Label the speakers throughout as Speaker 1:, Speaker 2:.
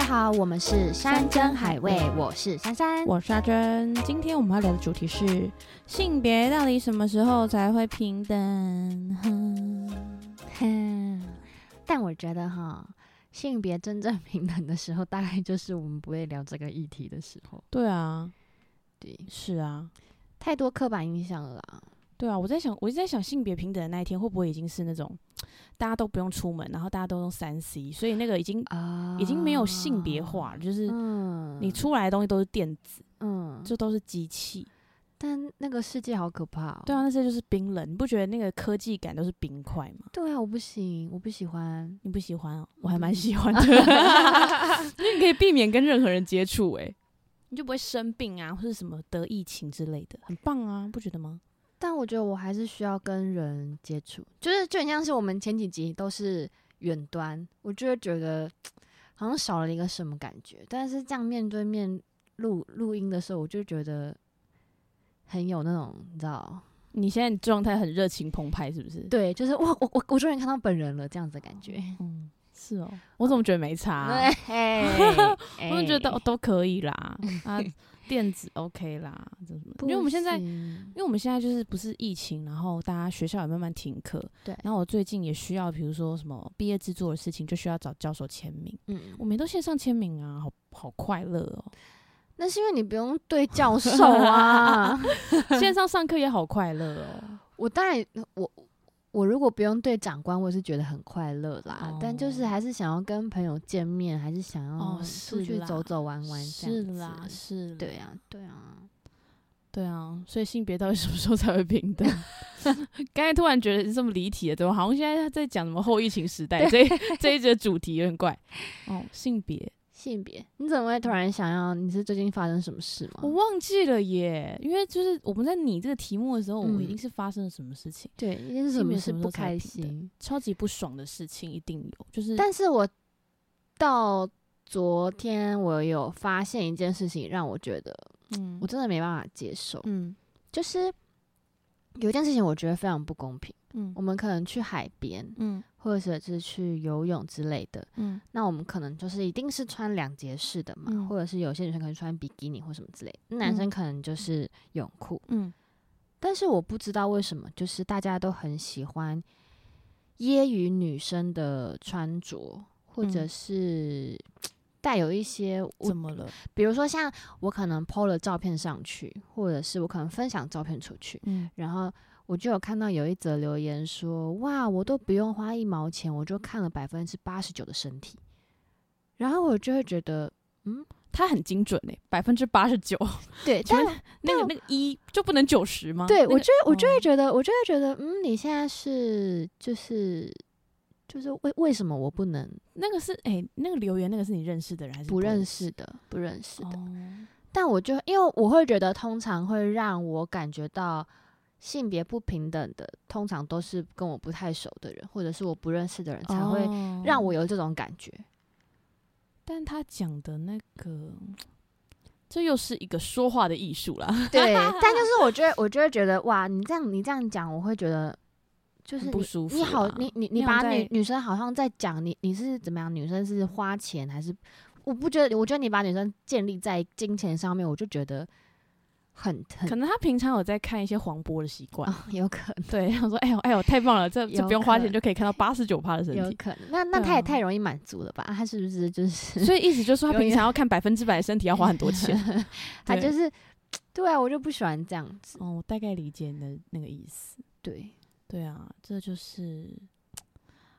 Speaker 1: 好，我们是山珍海味，我是珊珊。
Speaker 2: 我是阿珍，今天我们要聊的主题是性别到底什么时候才会平等？哼
Speaker 1: 哼但我觉得哈，性别真正平等的时候，大概就是我们不会聊这个议题的时候。
Speaker 2: 对啊，
Speaker 1: 对，
Speaker 2: 是啊，
Speaker 1: 太多刻板印象了啦。
Speaker 2: 对啊，我在想，我一直在想性别平等的那一天会不会已经是那种大家都不用出门，然后大家都用三 C，所以那个已经、
Speaker 1: 啊
Speaker 2: 已经没有性别化了，就是
Speaker 1: 嗯
Speaker 2: 你出来的东西都是电子，
Speaker 1: 嗯，
Speaker 2: 这都是机器。
Speaker 1: 但那个世界好可怕、哦。
Speaker 2: 对啊，那些就是冰冷，你不觉得那个科技感都是冰块吗？
Speaker 1: 对啊，我不行，我不喜 欢。
Speaker 2: 你不喜欢、哦，我还蛮喜欢的， 因为你可以避免跟任何人接触，哎，你就不会生病啊，或是什么得疫情之类的，很棒啊，不觉得吗？
Speaker 1: 但我觉得我还是需要跟人接触，就是就很像是我们前几集都是远端，我就会觉得好像少了一个什么感觉。但是这样面对面录录音的时候，我就觉得很有那种你知道，
Speaker 2: 你现在状态很热情澎湃，是不是？，
Speaker 1: 对，就是哇，我我我终于看到本人了这样子的感觉。
Speaker 2: 嗯，是哦，我怎么觉得没差、啊？
Speaker 1: 对， 哎
Speaker 2: 我怎么觉得哦都都可以啦，啊，电子 OK 啦，这什么？因为我们现在
Speaker 1: 不行
Speaker 2: 因为我们现在就是不是疫情，然后大家学校也慢慢停课，
Speaker 1: 对
Speaker 2: 然后我最近也需要，比如说什么毕业制作的事情，就需要找教授签名，
Speaker 1: 嗯，
Speaker 2: 我们都线上签名啊，好好快乐哦。
Speaker 1: 那是因为你不用对教授 啊。
Speaker 2: 线上上课也好快乐哦。
Speaker 1: 我当然，我我如果不用对长官，我是觉得很快乐啦。但就是
Speaker 2: 哦
Speaker 1: 还是想要跟朋友见面，还是想
Speaker 2: 哦
Speaker 1: 要出
Speaker 2: 是
Speaker 1: 去
Speaker 2: 啦
Speaker 1: 走走玩玩这
Speaker 2: 是
Speaker 1: 样子。
Speaker 2: 啦，是啦，
Speaker 1: 对，啊，对啊，
Speaker 2: 对啊。所以性别到底什么时候才会平等？ 刚才突然觉得这么离题了，怎么好像现在在讲什么后疫情时代？这一 这一节主题有点怪哦。性别
Speaker 1: 性别，你怎么会突然想要？你是最近发生什么事
Speaker 2: 我
Speaker 1: 吗？
Speaker 2: 忘记了耶，因为就是我们在拟这个题目的时候，
Speaker 1: 嗯
Speaker 2: 我一定是发生了什么事情，
Speaker 1: 对，一定是
Speaker 2: 性
Speaker 1: 什么
Speaker 2: 别
Speaker 1: 事
Speaker 2: 什么时
Speaker 1: 不
Speaker 2: 候才
Speaker 1: 开
Speaker 2: 平等
Speaker 1: 心？
Speaker 2: 超级不爽的事情一定有，就是
Speaker 1: 但是我到昨天，我有发现一件事情，让我觉得
Speaker 2: 嗯
Speaker 1: 我真的没办法接受，
Speaker 2: 嗯
Speaker 1: 就是有一件事情，我觉得非常不公平。
Speaker 2: 嗯
Speaker 1: 我们可能去海边，
Speaker 2: 嗯
Speaker 1: 或者是去游泳之类的，
Speaker 2: 嗯
Speaker 1: 那我们可能就是一定是穿两节式的嘛，
Speaker 2: 嗯
Speaker 1: 或者是有些女生可能穿比基尼或什么之类的，男生可能就是泳裤。
Speaker 2: 嗯，
Speaker 1: 但是我不知道为什么，就是大家都很喜欢揶揄女生的穿着，或者
Speaker 2: 嗯
Speaker 1: 是带有一些我
Speaker 2: 怎么了？
Speaker 1: 比如说像我可能 PO 了照片上去，或者是我可能分享照片出去，
Speaker 2: 嗯
Speaker 1: 然后我就有看到有一则留言说：“哇，我都不用花一毛钱，我就看了百分之八十九的身体。”然后我就会觉得，
Speaker 2: 他很精准诶、百分之八十九。
Speaker 1: 对，
Speaker 2: 请
Speaker 1: 但
Speaker 2: 问那个那个一就不能九十吗？
Speaker 1: 对
Speaker 2: 那个
Speaker 1: 我就会我就会
Speaker 2: 哦
Speaker 1: 觉得，我就会觉得，嗯，你现在是就是就是为为什么我不能
Speaker 2: 那个是哎、那个留言那个是你认识的人还是
Speaker 1: 不认
Speaker 2: 认
Speaker 1: 识的不认识的？
Speaker 2: 哦，
Speaker 1: 但我就因为我会觉得，通常会让我感觉到性别不平等的，通常都是跟我不太熟的人，或者是我不认识的人，才会
Speaker 2: 哦
Speaker 1: 让我有这种感觉。
Speaker 2: 但他讲的那个，这又是一个说话的艺术啦，
Speaker 1: 对，但就是我觉得，我就会觉得，哇，你这样你这样讲，我会觉得就是
Speaker 2: 很不
Speaker 1: 你
Speaker 2: 舒服
Speaker 1: 你好，
Speaker 2: 啦
Speaker 1: 你你
Speaker 2: 那
Speaker 1: 你
Speaker 2: 样
Speaker 1: 把
Speaker 2: 在
Speaker 1: 女女生好像在讲你你是怎么样？女生是花钱还是？我不觉得，我觉得你把女生建立在金钱上面，我就觉得很很
Speaker 2: 可能他平常有在看一些黄波的习惯。
Speaker 1: 啊、 有可能。
Speaker 2: 对，他说：“哎呦，哎呦，太棒了！这这
Speaker 1: 有
Speaker 2: 不用花
Speaker 1: 可
Speaker 2: 钱就可以看到八十九趴的身
Speaker 1: 有
Speaker 2: 体，
Speaker 1: 可能，那那
Speaker 2: 对
Speaker 1: 他也
Speaker 2: 啊
Speaker 1: 太容易满足了吧？他是不是就是
Speaker 2: 所以意思就是说，他
Speaker 1: 有
Speaker 2: 平
Speaker 1: 一
Speaker 2: 常要看百分之百的身体要花很 多钱。
Speaker 1: 他
Speaker 2: 对
Speaker 1: 就是对啊，我就不喜欢这样子。
Speaker 2: 哦，我大概理解你的那个意思。
Speaker 1: 对，
Speaker 2: 对啊，这就是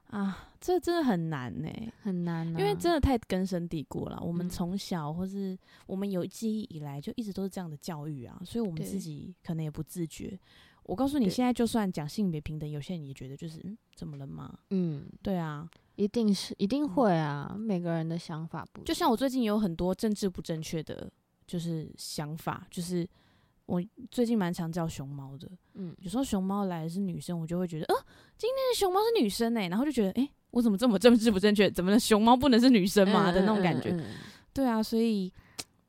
Speaker 2: 啊，这真的很难呢、
Speaker 1: 很难、啊，
Speaker 2: 因为真的太根深蒂固了。我们
Speaker 1: 嗯
Speaker 2: 从小或是我们有记忆以来，就一直都是这样的教育啊，所以我们
Speaker 1: 对
Speaker 2: 自己可能也不自觉。我告诉你，
Speaker 1: 对
Speaker 2: 现在就算讲性别平等，有些人也觉得就是嗯，怎么了嘛？
Speaker 1: 嗯，
Speaker 2: 对啊，
Speaker 1: 一定是一定会啊，每个人的想法不一样，
Speaker 2: 嗯就像我最近有很多政治不正确的就是想法，就是我最近蛮常叫熊猫的，
Speaker 1: 嗯，
Speaker 2: 有时候熊猫来的是女生，我就会觉得，呃，今天的熊猫是女生哎、然后就觉得，哎、我怎么这么政
Speaker 1: 嗯
Speaker 2: 治不正确？怎么了？熊猫不能是女生嘛的那种感觉？
Speaker 1: 嗯嗯嗯嗯
Speaker 2: 对啊，所以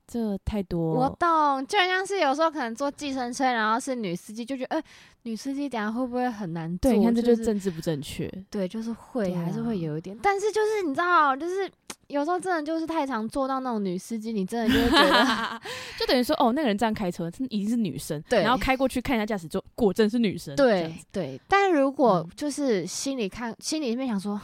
Speaker 2: 这太
Speaker 1: 我
Speaker 2: 多。
Speaker 1: 懂，就很像是有时候可能坐计程车，然后是女司机，就觉得，呃，女司机等下会不会很难做？
Speaker 2: 对，你看这就是是政治不正确。
Speaker 1: 对，就是会、
Speaker 2: 对
Speaker 1: 还是
Speaker 2: 啊
Speaker 1: 会有一点，但是就是你知道，就是有时候真的就是太常坐到那种女司机，你真的就会觉得
Speaker 2: 就等于说，哦，那个人这样开车，真的已经是女生，
Speaker 1: 对
Speaker 2: 然后开过去看一下驾驶座，果真是女生，这样
Speaker 1: 对
Speaker 2: 子，
Speaker 1: 对。但如果
Speaker 2: 嗯
Speaker 1: 就是心里看，心里面想说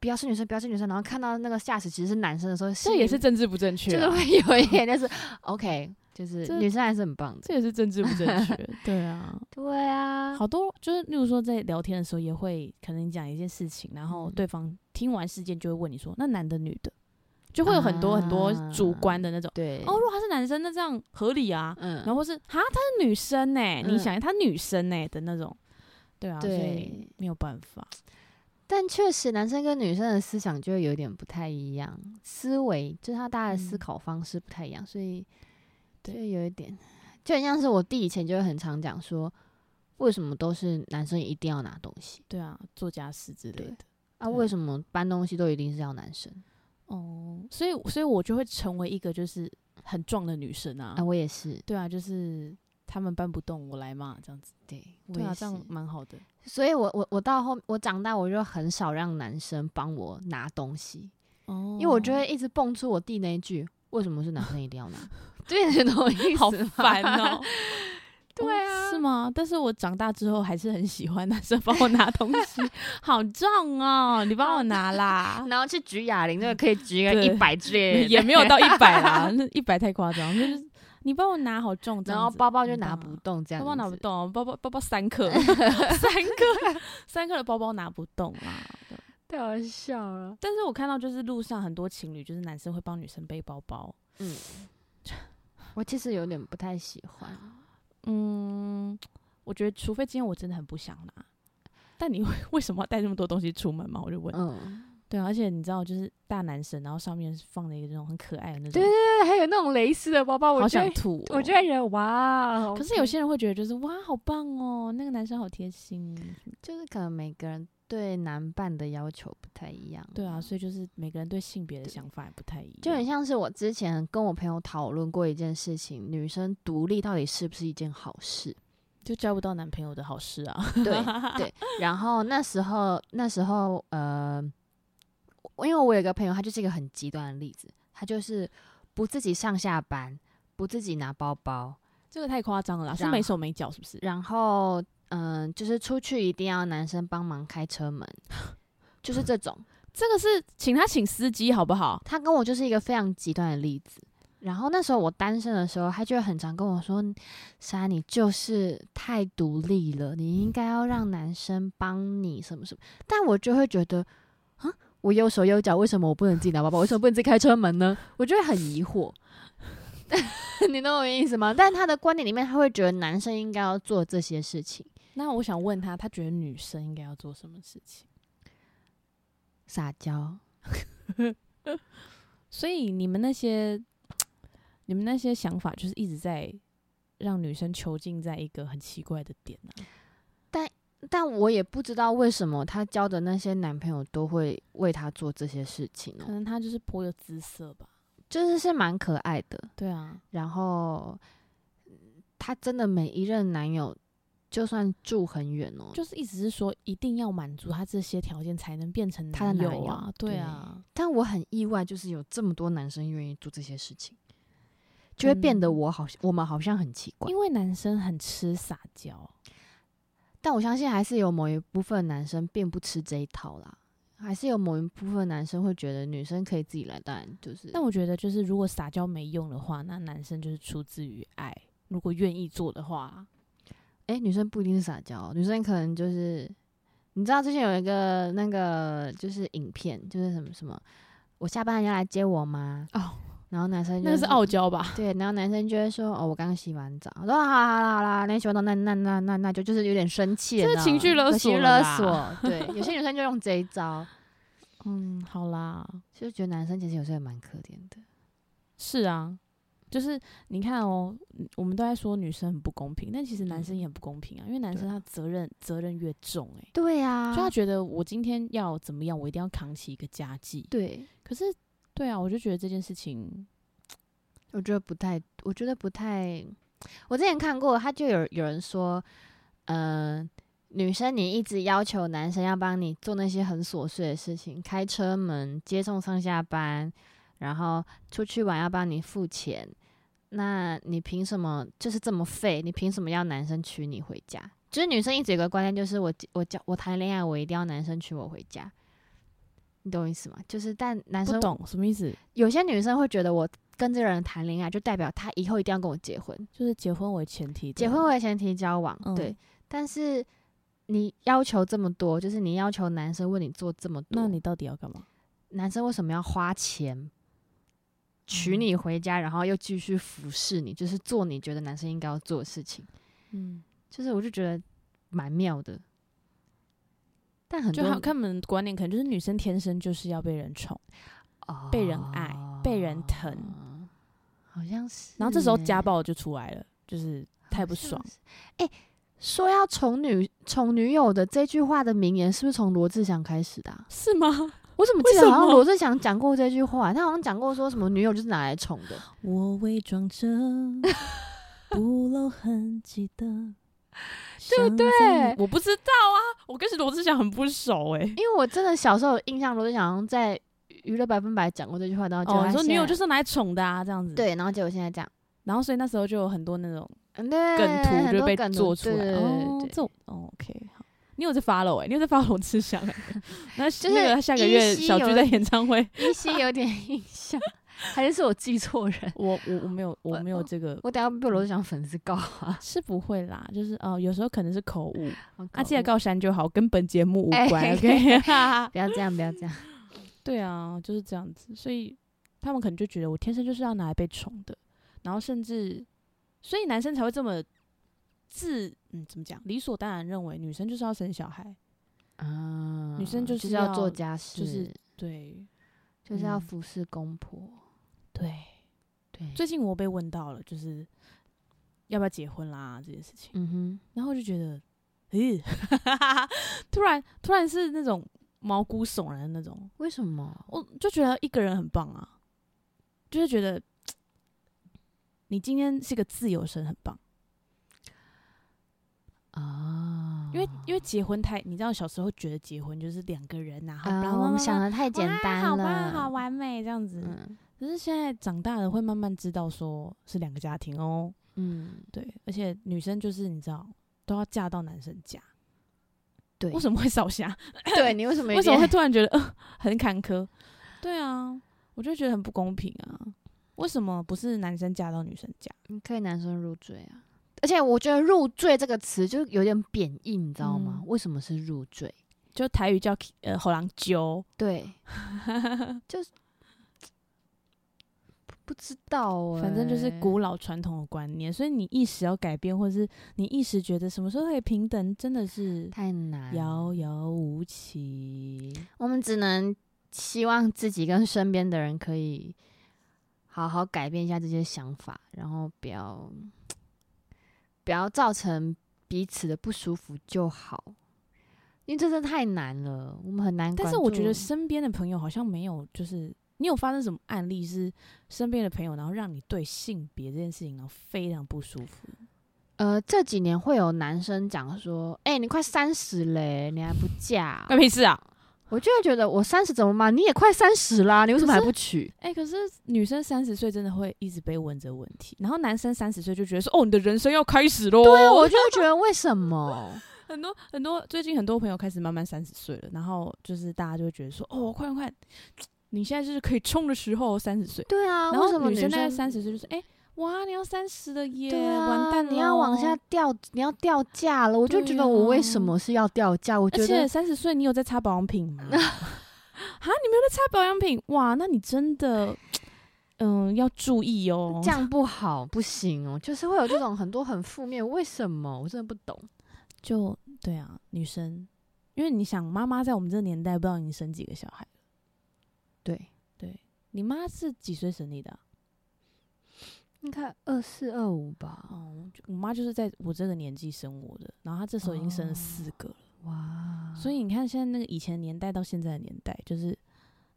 Speaker 1: 不要是女生，不要是女生，然后看到那个驾驶其实是男生的时候，
Speaker 2: 这
Speaker 1: 心
Speaker 2: 也
Speaker 1: 里
Speaker 2: 是政治不正确
Speaker 1: 就
Speaker 2: 啊、
Speaker 1: 是会有一点，就是 OK，就是
Speaker 2: 这
Speaker 1: 女生还是很棒的。
Speaker 2: 这也是政治不 正确，对啊。
Speaker 1: 对啊，
Speaker 2: 好多就是，例如说在聊天的时候，也会可能你讲一件事情，然后
Speaker 1: 嗯
Speaker 2: 对方听完事件就会问你说，那男的女的，就会有很多很多
Speaker 1: 啊
Speaker 2: 主观的那种。
Speaker 1: 对
Speaker 2: 哦，如果他是男生，那这样合理啊。
Speaker 1: 嗯
Speaker 2: 然后或是哈，她是女生呢、你
Speaker 1: 嗯
Speaker 2: 想她女生呢、欸的那种，对啊，所以
Speaker 1: 对
Speaker 2: 没有办法。
Speaker 1: 但确实，男生跟女生的思想就会有点不太一样，思维就是他大家的思
Speaker 2: 嗯
Speaker 1: 考方式不太一样，所以就
Speaker 2: 对
Speaker 1: 有一点，就很像是我弟以前就会很常讲说，为什么都是男生一定要拿东西
Speaker 2: 对啊，做家事之类
Speaker 1: 对
Speaker 2: 的。
Speaker 1: 啊？
Speaker 2: 对
Speaker 1: 为什么搬东西都一定是要男生
Speaker 2: 哦，所以所以我就会成为一个就是很壮的女生啊。
Speaker 1: 啊？我也是，
Speaker 2: 对啊，就是他们搬不动，我来嘛，这样子。
Speaker 1: 对，我
Speaker 2: 对啊，
Speaker 1: 也
Speaker 2: 这
Speaker 1: 是。
Speaker 2: 样蛮好的。
Speaker 1: 所以我我我到后我长大，我就很少让男生帮我拿东西，
Speaker 2: 哦
Speaker 1: 因为我就 会一直蹦出我弟那一句：为什么是男生一定 要拿？对，你懂我意思
Speaker 2: 好
Speaker 1: 吗
Speaker 2: 烦哦、
Speaker 1: 对啊
Speaker 2: 哦是吗？但是我长大之后还是很喜欢男生帮我拿东
Speaker 1: ，
Speaker 2: 西，好重哦、你帮我拿啦
Speaker 1: 然后去举哑铃，那个可以举个
Speaker 2: 对
Speaker 1: 一百之类 的，
Speaker 2: 也没有到一百 啦，那一百太夸张，就是你帮我拿好重，这
Speaker 1: 然
Speaker 2: 样
Speaker 1: 后
Speaker 2: 子
Speaker 1: 包包就
Speaker 2: 很
Speaker 1: 拿
Speaker 2: 棒
Speaker 1: 不
Speaker 2: 啊
Speaker 1: 动，这样
Speaker 2: 包包拿
Speaker 1: 子
Speaker 2: 不动哦，包包包包三 克，三克，三克的包包拿不动啦。对
Speaker 1: 太好笑了。
Speaker 2: 但是我看到就是路上很多情侣，就是男生会帮女生背包包，
Speaker 1: 嗯我其实有点不太喜欢，
Speaker 2: 嗯，我觉得除非今天我真的很不想拿，但你会为什么要带那么多东西出门嘛？我就问。
Speaker 1: 嗯，
Speaker 2: 对啊，而且你知道，就是大男生，然后上面放了一个那种很可爱的那
Speaker 1: 对
Speaker 2: 种，
Speaker 1: 对，还有那种蕾丝的包包，
Speaker 2: 好
Speaker 1: 我觉
Speaker 2: 想
Speaker 1: 得
Speaker 2: 吐、哦
Speaker 1: 我就会觉得哇，
Speaker 2: 可是有些人会觉得就是哇，好棒哦，那个男生好贴心。
Speaker 1: 就是可能每个人对男伴的要求不太一样，
Speaker 2: 对啊，所以就是每个人对性别的
Speaker 1: 对
Speaker 2: 想法也不太一样，
Speaker 1: 就很像是我之前跟我朋友讨论过一件事情，女生独立到底是不是一件好事？
Speaker 2: 就交不到男朋友的好事啊。
Speaker 1: 对 对， 然后那时候那时候呃，我因为我有一个朋友，他就是一个很极端的例子，他就是不自己上下班，不自己拿包包，
Speaker 2: 这个太夸张了啦，是啊
Speaker 1: 然
Speaker 2: 没
Speaker 1: 后
Speaker 2: 手没脚是不是？
Speaker 1: 然后嗯、就是出去一定要男生帮忙开车门，就是这种。
Speaker 2: 这个是请他请司机好不好？
Speaker 1: 他跟我就是一个非常极端的例子。然后那时候我单身的时候，他就会很常跟我说：“莎，你就是太独立了，你应该要让男生帮你什么什么。”但我就会觉得，啊，我有手有脚，为什么我不能自己拿包包？为什么不能自己开车门呢？我就会很疑惑。 你懂我意思吗？但他的观点里面，他会觉得男生应该要做这些事情。
Speaker 2: 那我想问他，他觉得女生应该要做什么事情？
Speaker 1: 撒娇，
Speaker 2: 所以你们那些你们那些想法，就是一直在让女生囚禁在一个很奇怪的点啊。
Speaker 1: 但我也不知道为什么她交的那些男朋友都会为她做这些事情哦
Speaker 2: 可。能他就是颇有姿色吧。
Speaker 1: 就是是蛮可爱的。
Speaker 2: 对啊，
Speaker 1: 然后，她真的每一任男友，就算住很远哦，
Speaker 2: 就是一直是说一定要满足他这些条件才能变成
Speaker 1: 他的男
Speaker 2: 友啊
Speaker 1: 友。
Speaker 2: 对啊，
Speaker 1: 但我很意外，就是有这么多男生愿意做这些事情，就会变得
Speaker 2: 嗯
Speaker 1: 我好像我们好像很奇怪。
Speaker 2: 因为男生很吃撒娇，
Speaker 1: 但我相信还是有某一部分男生并不吃这一套啦，还是有某一部分男生会觉得女生可以自己来，当然就是
Speaker 2: 但我觉得就是如果撒娇没用的话，那男生就是出自于爱。如果愿意做的话，
Speaker 1: 哎、女生不一定是撒娇，哦女生可能就是，你知道之前有一个那个就是影片，就是什么什么，我下班人家来接我吗？
Speaker 2: 哦，
Speaker 1: 然后男生就
Speaker 2: 那个是傲娇吧？
Speaker 1: 对，然后男生就会说哦，我刚洗完澡，我说好啦好啦好啦，那你洗完澡那那那那那就就是有点生气了，
Speaker 2: 这
Speaker 1: 你
Speaker 2: 是
Speaker 1: 知道
Speaker 2: 情
Speaker 1: 吗对情
Speaker 2: 绪勒索
Speaker 1: 绪
Speaker 2: 了
Speaker 1: 勒
Speaker 2: 啦
Speaker 1: 索， 对，有些女生就用这一招，
Speaker 2: 嗯，好啦，
Speaker 1: 就觉得男生其实有时候也蛮可怜的，
Speaker 2: 是啊，就是你看哦，嗯我们都在说女生很不公平，但其实男
Speaker 1: 嗯
Speaker 2: 生也很不公平啊，因为男
Speaker 1: 对
Speaker 2: 生他责任责任越重、欸，
Speaker 1: 对
Speaker 2: 就
Speaker 1: 啊
Speaker 2: 他觉得我今天要怎么样，我一定要扛起一个家计。
Speaker 1: 对，
Speaker 2: 可是，对啊，我就觉得这件事情
Speaker 1: 我觉得不太，我觉得不太。我之前看过，他就有有人说，嗯、女生你一直要求男生要帮你做那些很琐碎的事情，开车门、接送上下班，然后出去玩要帮你付钱，那你凭什么就是这么废？你凭什么要男生娶你回家？就是女生一直有个观念，就是我我交我谈恋爱，我一定要男生娶我回家，你懂我意思吗？就是但男
Speaker 2: 不
Speaker 1: 生
Speaker 2: 懂什么意思？
Speaker 1: 有些女生会觉得我跟这个人谈恋爱，就代表他以后一定要跟我结婚，
Speaker 2: 就是结婚为前提的，
Speaker 1: 结婚为前提交往，
Speaker 2: 嗯
Speaker 1: 对。但是你要求这么多，就是你要求男生为你做这么多，
Speaker 2: 那你嗯到底要干嘛？
Speaker 1: 男生为什么要花钱娶你回家，然后又继续服侍你，就是做你觉得男生应该要做的事情？
Speaker 2: 嗯，
Speaker 1: 就是我就觉得蛮妙的。但很
Speaker 2: 就
Speaker 1: 多
Speaker 2: 好看们观念，可能就是女生天生就是要被人宠，
Speaker 1: 哦
Speaker 2: 被人爱被人疼，
Speaker 1: 好像是欸。
Speaker 2: 然后这时候家暴就出来了，就是太不爽
Speaker 1: 好像。是。哎、说要宠女宠女友的这句话的名言，是不是从罗志祥开始的啊、
Speaker 2: 是吗？
Speaker 1: 我怎么记得
Speaker 2: 为什
Speaker 1: 好像
Speaker 2: 么啊
Speaker 1: 罗志祥讲过这句话？他好像讲过说什么女友就是拿来宠的。
Speaker 2: 我伪装 着不露痕迹 的，
Speaker 1: 对不对
Speaker 2: 想在你我不知道啊，我跟罗志祥很不熟哎、
Speaker 1: 因为我真的小时候有印象，罗志祥好像在娱乐百分百讲过这句话，然后结果
Speaker 2: 哦，
Speaker 1: 他
Speaker 2: 你说
Speaker 1: 现
Speaker 2: 女友
Speaker 1: 在
Speaker 2: 就是拿来宠的啊，这样子。，
Speaker 1: 对，然后结果现在这样，
Speaker 2: 然后所以那时候就有很多那种
Speaker 1: 嗯对，
Speaker 2: 梗图
Speaker 1: 很
Speaker 2: 就
Speaker 1: 多
Speaker 2: 被
Speaker 1: 梗图
Speaker 2: 做出来。
Speaker 1: 对对对
Speaker 2: 哦
Speaker 1: 对，对
Speaker 2: 这种哦，OK，好。你有在 follow 哎、你有在 follow 罗志 祥哎、那
Speaker 1: 就是
Speaker 2: 那个他下个
Speaker 1: 依
Speaker 2: 月
Speaker 1: 稀
Speaker 2: 小
Speaker 1: 有
Speaker 2: 巨蛋演 唱会，
Speaker 1: 依稀有点印象，还是是我记错人？
Speaker 2: 我我我没有我
Speaker 1: 我哦
Speaker 2: 没有这个，
Speaker 1: 我等下被罗志祥粉丝告啊！
Speaker 2: 是不会啦，就是哦、有时候可能是口误，啊，
Speaker 1: 而
Speaker 2: 记
Speaker 1: 且
Speaker 2: 得告山就好，跟本节目无
Speaker 1: 哎
Speaker 2: 关、
Speaker 1: 嘿
Speaker 2: OK 。
Speaker 1: 不要这样，不要这样。
Speaker 2: 对啊，就是这样子，所以他们可能就觉得我天生就是要拿来被宠的，然后甚至，所以男生才会这么自嗯怎么讲，理所当然认为女生就是要生小孩，
Speaker 1: 啊，
Speaker 2: 女生就
Speaker 1: 就是要
Speaker 2: 要
Speaker 1: 做家事，
Speaker 2: 就是对
Speaker 1: 就是要
Speaker 2: 嗯
Speaker 1: 服侍公婆。
Speaker 2: 对。
Speaker 1: 对，
Speaker 2: 最近我被问到了，就是要不要结婚啦这件事情，
Speaker 1: 嗯哼，
Speaker 2: 然后我就觉得，咦、 突然突然是那种毛骨悚然的那种，
Speaker 1: 为什么？
Speaker 2: 我就觉得一个人很棒啊，就是觉得你今天是个自由身，很棒。
Speaker 1: 啊，
Speaker 2: 因为因为结婚太，你知道小时候觉得结婚就是两个人呐、然
Speaker 1: 啊，
Speaker 2: 后
Speaker 1: 我们想的太简单了，
Speaker 2: 好棒，好完美这样子。
Speaker 1: 嗯
Speaker 2: 可是现在长大了会慢慢知道说是两个家庭哦，
Speaker 1: 嗯，
Speaker 2: 对，而且女生就是你知道都要嫁到男生家，
Speaker 1: 对
Speaker 2: 为什么会烧瞎？
Speaker 1: 对你为什么有
Speaker 2: 为什么会
Speaker 1: 点
Speaker 2: 突然觉得呃很坎坷？对啊，我就觉得很不公平啊！为什么不是男生嫁到女生家？
Speaker 1: 你可以男生入赘啊？而且我觉得“入赘”这个词就有点贬义，你知道吗？
Speaker 2: 嗯
Speaker 1: 为什么是入赘？
Speaker 2: 就台语叫呃后狼揪，
Speaker 1: 对， 就是不不知道哎、
Speaker 2: 反正就是古老传统的观念，所以你一时要改变，或是你一时觉得什么时候可以平等，真的是
Speaker 1: 太难了，
Speaker 2: 遥遥无期。
Speaker 1: 我们只能希望自己跟身边的人可以好好改变一下这些想法，然后不要不要造成彼此的不舒服就好。因为这真的太难了，我们很难管
Speaker 2: 但
Speaker 1: 住。
Speaker 2: 是我觉得身边的朋友好像没有，就是你有发生什么案例是身边的朋友，然后让你对性别这件事情然后非常不舒服？
Speaker 1: 呃，这几年会有男生讲说：“哎、你快三十嘞，你还不嫁
Speaker 2: 关屁事啊！
Speaker 1: 我就会觉得我三十怎么嘛？你也快三十啦，你为什么还不娶？
Speaker 2: 哎、可是女生三十岁真的会一直被问这问题，然后男生三十岁就觉得说，哦，你的人生要开始喽。
Speaker 1: 对啊，我就会觉得为什么？
Speaker 2: 很多很多，最近很多朋友开始慢慢三十岁了，然后就是大家就会觉得说，哦，快快，你现在就是可以冲的时候，哦三十岁。
Speaker 1: 对啊，
Speaker 2: 然
Speaker 1: 为什
Speaker 2: 后
Speaker 1: 么
Speaker 2: 女
Speaker 1: 生
Speaker 2: 生大概三十岁就是，哎、哇，你要三十了耶，
Speaker 1: 对啊，
Speaker 2: 完蛋，
Speaker 1: 你要往下。掉，你要掉价了。我就
Speaker 2: 对
Speaker 1: 觉得我为
Speaker 2: 啊
Speaker 1: 什么是要掉价？我
Speaker 2: 而
Speaker 1: 觉
Speaker 2: 且
Speaker 1: 得
Speaker 2: 三十岁你有在擦保养 品吗？啊，你没有在擦保养品，哇，那你真的，嗯，要注意哦。
Speaker 1: 这样不好，不行哦。就是会有这种很多很负面，为什么？我真的不懂。
Speaker 2: 就对啊，女生，因为你想，妈妈在我们这个年代，不知道你生几个小孩。
Speaker 1: 对，
Speaker 2: 对，你妈是几岁生你的啊、
Speaker 1: 应该二四二五吧。
Speaker 2: 哦，就我妈就是在我这个年纪生我的，然后她这时候已经生了
Speaker 1: 哦
Speaker 2: 四个了。
Speaker 1: 哇，哦
Speaker 2: 所以你看，现在那个以前年代到现在的年代，就是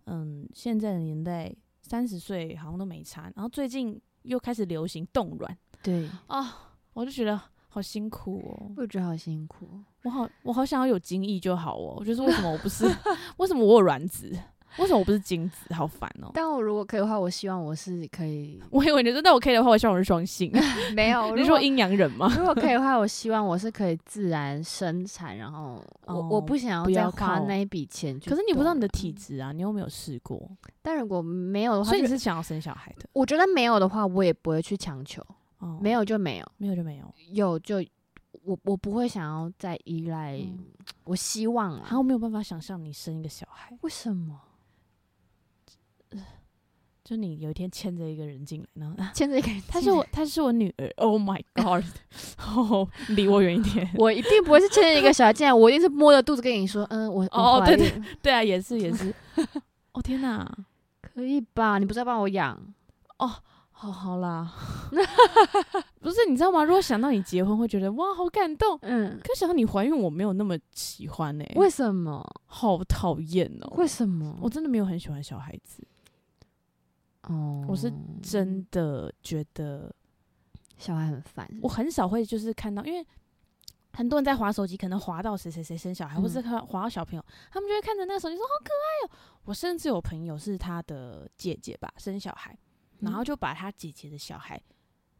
Speaker 2: 嗯，现在的年代三十岁好像都没差，然后最近又开始流行冻卵
Speaker 1: 对，
Speaker 2: 啊，我就觉得好辛苦哦，
Speaker 1: 我觉得好辛苦。哦
Speaker 2: 我好我好想要有精液就好哦，我就是为什么我不 是为什么我有卵子，为什么我不是精子，好烦哦。
Speaker 1: 但我如果可以的话，我希望我是可以
Speaker 2: 我以为你说，那我可以的话，我希望我是双性。
Speaker 1: 没有。
Speaker 2: 你
Speaker 1: 如
Speaker 2: 说
Speaker 1: 果
Speaker 2: 阴阳人 吗？
Speaker 1: 如果可以的话，我希望我是可以自然生产，然后我、我
Speaker 2: 哦
Speaker 1: 不想要
Speaker 2: 不
Speaker 1: 再
Speaker 2: 要
Speaker 1: 花
Speaker 2: 靠
Speaker 1: 那一笔钱去。
Speaker 2: 可是你不知道你的体，质啊，你又没有试过，
Speaker 1: 但如果没有的话，
Speaker 2: 所以
Speaker 1: 就
Speaker 2: 你是想要生小孩的。
Speaker 1: 我觉得没有的话，我也不会去强求，
Speaker 2: 哦，
Speaker 1: 没有就没有。
Speaker 2: 没有就没有。
Speaker 1: 有就我我不会想要再依赖，
Speaker 2: 嗯
Speaker 1: 我希望
Speaker 2: 然
Speaker 1: 啊。
Speaker 2: 后我没有办法想象你生一个小孩，
Speaker 1: 为什么
Speaker 2: 就你有一天牵着一个人进来，然后啊
Speaker 1: 牵着一个人？
Speaker 2: 她是我，她是我女儿。Oh my god！哦，离我远一点。
Speaker 1: 我一定不会是牵着一个小孩进来，我一定是摸着肚子跟你说，嗯，我
Speaker 2: 哦
Speaker 1: 我怀
Speaker 2: 对
Speaker 1: 孕
Speaker 2: 对啊，也是也是。哦天哪！
Speaker 1: 可以吧？你不是要帮我养？
Speaker 2: 好好 啦，不是你知道吗？如果想到你结婚，会觉得哇好感动。
Speaker 1: 嗯，
Speaker 2: 可想到你怀孕，我没有那么喜欢呢、
Speaker 1: 为什么？
Speaker 2: 好讨厌哦！
Speaker 1: 为什么？
Speaker 2: 我真的没有很喜欢小孩子，
Speaker 1: 哦，
Speaker 2: 我是真的觉得
Speaker 1: 小孩很烦，
Speaker 2: 我很少会就是看到，因为很多人在划手机，可能划到谁谁谁生小孩，
Speaker 1: 嗯
Speaker 2: 或是看划到小朋友，他们就会看着那个手机说好可爱哦、我甚至有朋友是他的姐姐吧，生小孩，
Speaker 1: 嗯
Speaker 2: 然后就把他姐姐的小孩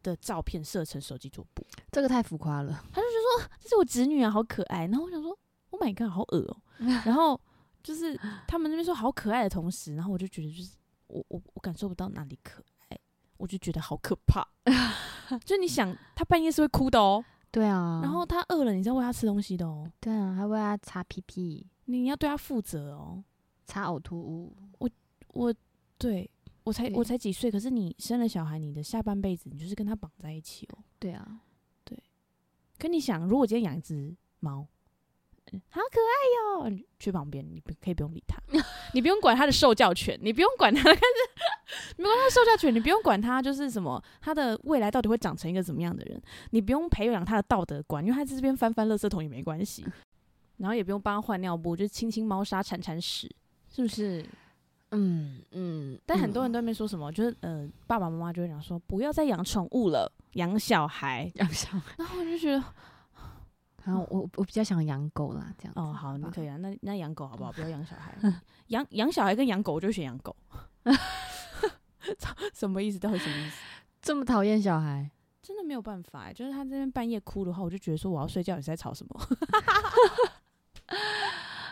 Speaker 2: 的照片设成手机桌布，
Speaker 1: 这个太浮夸了。
Speaker 2: 他就觉得说这是我侄女啊，好可爱。然后我想说，Oh my god，好恶哦、然后就是他们那边说好可爱的同时，然后我就觉得就是我我我感受不到哪里可爱，我就觉得好可怕。就你想，他半夜是会哭的哦、
Speaker 1: 对啊，
Speaker 2: 然后他饿了，你是要喂他吃东西的哦、
Speaker 1: 对啊，还为他擦屁屁、
Speaker 2: 你要对他负责哦、
Speaker 1: 擦呕吐物，
Speaker 2: 我对我才
Speaker 1: 对
Speaker 2: 我才几岁，可是你生了小孩，你的下半辈子你就是跟他绑在一起哦、
Speaker 1: 对啊，
Speaker 2: 可你想，如果今天养一只猫，嗯好可爱哟、你去旁边，你不可以不用 理它，你不用管它的受教权，你不用管它，但 是 你不用管它的受教权，你不用管它就是什么，它的未来到底会长成一个怎么样的人，你不用培养它的道德观，因为它在这边翻翻垃圾桶也没关 系，然后也不用帮它换尿布，就是清清猫砂、铲铲屎，是不是？
Speaker 1: 嗯嗯，
Speaker 2: 但很多
Speaker 1: 嗯
Speaker 2: 人都在那边说什么，就是呃，爸爸妈妈就会讲说，不要再养宠物了，养小孩。
Speaker 1: 养小孩，
Speaker 2: 然后我就觉得，
Speaker 1: 然后我我比较想养狗啦，这样
Speaker 2: 嗯哦，好，你可
Speaker 1: 以，
Speaker 2: 以啊。那那养狗好不好？不要养小孩。 养养小孩跟养狗，我就选养狗。 什么意思？到底什么意思？
Speaker 1: 这么讨厌小孩，
Speaker 2: 真的没有办法、欸，就是他这边半夜哭的话，我就觉得说我要睡觉，你是在吵什么？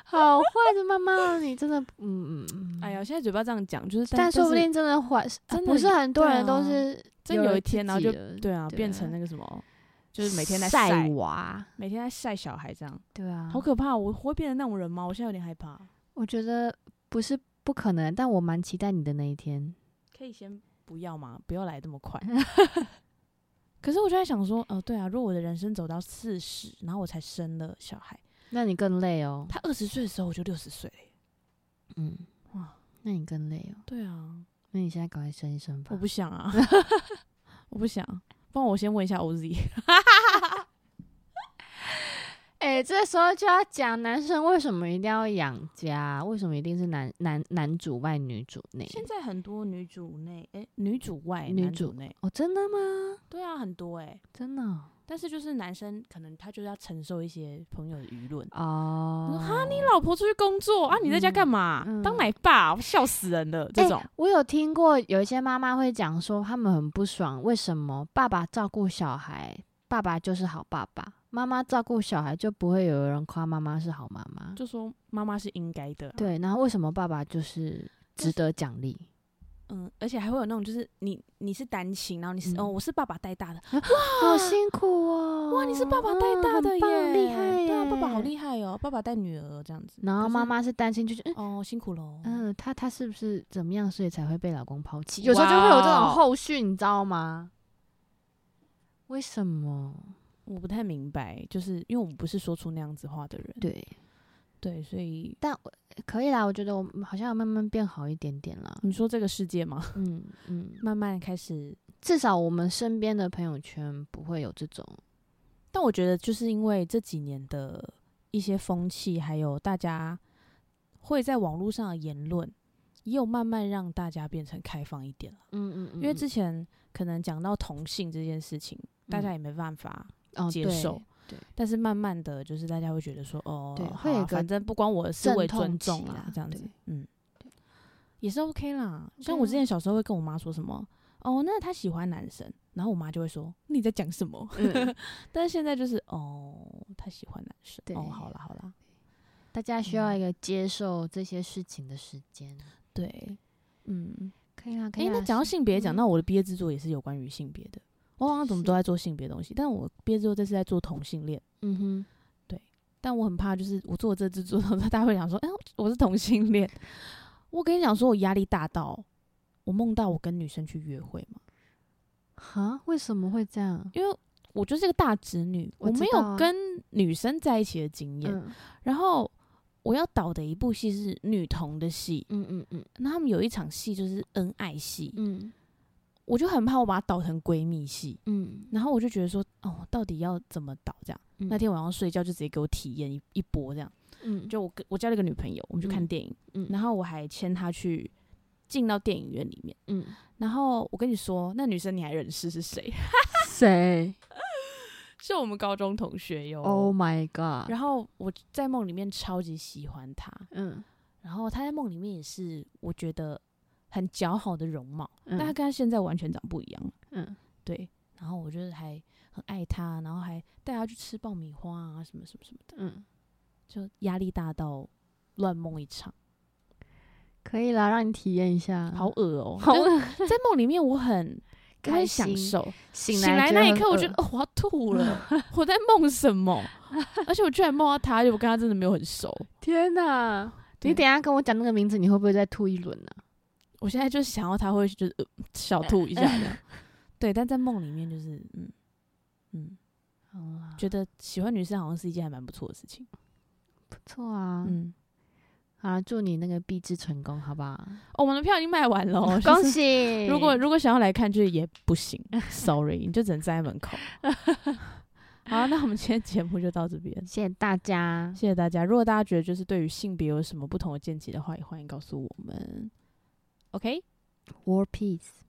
Speaker 1: 好坏的妈妈，你真的，嗯嗯嗯，
Speaker 2: 哎呀，我现在嘴巴这样讲，就是
Speaker 1: 但说不
Speaker 2: 是
Speaker 1: 定真的坏，啊
Speaker 2: 真
Speaker 1: 不
Speaker 2: 的
Speaker 1: 是很多
Speaker 2: 对
Speaker 1: 人都
Speaker 2: 啊
Speaker 1: 是
Speaker 2: 真
Speaker 1: 有
Speaker 2: 有
Speaker 1: 了
Speaker 2: 一天，
Speaker 1: 自
Speaker 2: 然后
Speaker 1: 己
Speaker 2: 就
Speaker 1: 了
Speaker 2: 对啊，变
Speaker 1: 对
Speaker 2: 成那个什么，就是每天在
Speaker 1: 晒
Speaker 2: 晒，
Speaker 1: 娃，
Speaker 2: 每天在晒小孩这样，
Speaker 1: 对啊，
Speaker 2: 好可怕！我会变成那种人吗？我现在有点害怕。
Speaker 1: 我觉得不是不可能，但我蛮期待你的那一天。
Speaker 2: 可以先不要吗？不要来这么快。 可是我就在想说，哦、对啊，如果我的人生走到四十，然后我才生了小孩，
Speaker 1: 那你更累哦，
Speaker 2: 他二十岁的时候我就六十岁了耶。
Speaker 1: 嗯，
Speaker 2: 哇，
Speaker 1: 那你更累哦，
Speaker 2: 对啊，
Speaker 1: 那你现在赶快生一生吧。
Speaker 2: 我不想啊， 我不想。帮我先问一下 OZ，
Speaker 1: 哎、这时候就要讲男生为什么一定要养家，为什么一定是男男男主外女主内？
Speaker 2: 现在很多女主内，哎、女主外，
Speaker 1: 女
Speaker 2: 男
Speaker 1: 主
Speaker 2: 主内，
Speaker 1: 哦，真的吗？
Speaker 2: 对啊，很多哎、
Speaker 1: 真的哦
Speaker 2: 但是就是男生可能他就是要承受一些朋友的舆论。
Speaker 1: 哦。
Speaker 2: 哈，你老婆出去工作啊？你在家干嘛？
Speaker 1: 嗯嗯
Speaker 2: 当奶爸，我笑死人了！这
Speaker 1: 哎
Speaker 2: 种、
Speaker 1: 我有听过有一些妈妈会讲说，他们很不爽，为什么爸爸照顾小孩，爸爸就是好爸爸，妈妈照顾小孩就不会有人夸妈妈是好妈妈？
Speaker 2: 就说妈妈是应该的啊、
Speaker 1: 对，然后为什么爸爸就是值得奖励？
Speaker 2: 嗯，而且还会有那种，就是你你是单亲，然后你是、
Speaker 1: 嗯
Speaker 2: 哦，我是爸爸带大的，
Speaker 1: 好辛苦哦！
Speaker 2: 哇，你是爸爸带
Speaker 1: 嗯
Speaker 2: 大
Speaker 1: 很
Speaker 2: 的耶，
Speaker 1: 棒厉害耶！
Speaker 2: 对啊，爸爸好厉害哦，爸爸带女儿这样子，
Speaker 1: 然后
Speaker 2: 可是
Speaker 1: 妈妈是担心，就是嗯
Speaker 2: 哦辛苦喽，
Speaker 1: 嗯、她她是不是怎么样，所以才会被老公抛弃？有时候就会有这种
Speaker 2: 哇哦
Speaker 1: 后续，你知道吗？为什么？
Speaker 2: 我不太明白，就是因为我不是说出那样子话的人，
Speaker 1: 对，
Speaker 2: 对，所以
Speaker 1: 呃可以啦，我觉得我们好像有慢慢变好一点点 啦。
Speaker 2: 你说这个世界嘛，
Speaker 1: 嗯嗯，
Speaker 2: 慢慢开始，
Speaker 1: 至少我们身边的朋友圈不会有这种。
Speaker 2: 但我觉得就是因为这几年的一些风气，还有大家会在网络上的言论，也有慢慢让大家变成开放一点了。
Speaker 1: 嗯嗯嗯，
Speaker 2: 因为之前可能讲到同性这件事情，大家也没办法，
Speaker 1: 嗯哦
Speaker 2: 接
Speaker 1: 对
Speaker 2: 受
Speaker 1: 对
Speaker 2: 但是慢慢的就是大家会觉得说，哦，
Speaker 1: 对
Speaker 2: 好
Speaker 1: 会有
Speaker 2: 啊
Speaker 1: 一个
Speaker 2: 反正不关我的事，
Speaker 1: 阵
Speaker 2: 我也
Speaker 1: 痛
Speaker 2: 尊重
Speaker 1: 期
Speaker 2: 啦
Speaker 1: 啦，
Speaker 2: 这样子
Speaker 1: 对，
Speaker 2: 嗯
Speaker 1: 对，
Speaker 2: 也是 OK 啦。像
Speaker 1: 对
Speaker 2: 我
Speaker 1: 啊
Speaker 2: 之前小时候会跟我妈说什么，哦，那他喜欢男生，然后我妈就会说你在讲什么？
Speaker 1: 嗯
Speaker 2: 但是现在就是哦，他喜欢男生，
Speaker 1: 对
Speaker 2: 哦，好啦好啦，
Speaker 1: 大家需要一个接受这些事情的时间。
Speaker 2: 对，嗯，
Speaker 1: 可以啦，可
Speaker 2: 哎、
Speaker 1: 以啦。
Speaker 2: 那讲到
Speaker 1: 是
Speaker 2: 性别，讲
Speaker 1: 嗯
Speaker 2: 到我的毕业制作也是有关于性别的。我好像怎么
Speaker 1: 是
Speaker 2: 都在做性别东西，但我毕业之后这是在做同性恋，
Speaker 1: 嗯哼，
Speaker 2: 但我很怕就是我做这制作的时候，大家 会想说，哎、我是同性恋。我跟你讲，说我压力大到我梦到我跟女生去约会嘛，
Speaker 1: 哈，为什么会这样？
Speaker 2: 因为我就是个大直女，我
Speaker 1: 我知
Speaker 2: 没
Speaker 1: 道
Speaker 2: 有
Speaker 1: 啊
Speaker 2: 跟女生在一起的经验。
Speaker 1: 嗯
Speaker 2: 然后我要导的一部戏是女童的戏，
Speaker 1: 嗯嗯嗯
Speaker 2: 那他们有一场戏就是恩爱戏，
Speaker 1: 嗯
Speaker 2: 我就很怕我把它导成闺蜜戏。
Speaker 1: 嗯，
Speaker 2: 然后我就觉得说，哦，到底要怎么导这样？那天晚上睡觉就直接给我体验一一波这样。
Speaker 1: 嗯
Speaker 2: 就我跟我交了一个女朋友，我们去看
Speaker 1: 嗯
Speaker 2: 电影，
Speaker 1: 嗯
Speaker 2: 然后我还牵她去进到电影院里面。
Speaker 1: 嗯
Speaker 2: 然后我跟你说，那女生你还认识是谁？
Speaker 1: 谁
Speaker 2: 是我们高中同学哟。
Speaker 1: ？Oh my god！
Speaker 2: 然后我在梦里面超级喜欢她，
Speaker 1: 嗯
Speaker 2: 然后她在梦里面也是我觉得很姣好的容貌，但她
Speaker 1: 嗯
Speaker 2: 跟她现在完全长不一样了。
Speaker 1: 嗯，
Speaker 2: 对，然后我就是还很爱她，然后还带她去吃爆米花啊什么什么什么的，
Speaker 1: 嗯，
Speaker 2: 就压力大到乱梦一场，
Speaker 1: 可以啦，让你体验一下。
Speaker 2: 好，恶哦、
Speaker 1: 好
Speaker 2: 就
Speaker 1: 恶，
Speaker 2: 在梦里面我很我
Speaker 1: 开
Speaker 2: 很
Speaker 1: 心
Speaker 2: 享受，
Speaker 1: 醒
Speaker 2: 来
Speaker 1: 来
Speaker 2: 那一
Speaker 1: 很
Speaker 2: 刻我觉
Speaker 1: 饿
Speaker 2: 得哦我要吐 了，我在梦什 么？而且我居然梦到他，而且我跟他真的没有很熟。
Speaker 1: 天哪！
Speaker 2: 对
Speaker 1: 你等一下跟我讲那个名字，你会不会再吐一轮啊呢？
Speaker 2: 我现在就是想要他会就是、呃小吐一下这 样，对，但在梦里面就是嗯嗯，
Speaker 1: 哦
Speaker 2: 觉得喜欢女生好像是一件还蛮不错的事情。
Speaker 1: 不错啊，
Speaker 2: 嗯，
Speaker 1: 啊，祝你那个壁纸成功，好不好？
Speaker 2: 哦，我们的票已经卖完了 哦，就
Speaker 1: 恭
Speaker 2: 是
Speaker 1: 喜！
Speaker 2: 如果如果想要来看，就是也不行，sorry，你就只能站在门口。好，那我们今天节目就到这边。
Speaker 1: 谢谢大家，
Speaker 2: 谢谢大家。如果大家觉得就是对于性别有什么不同的见解的话，也欢迎告诉我们。OK，
Speaker 1: War Peace。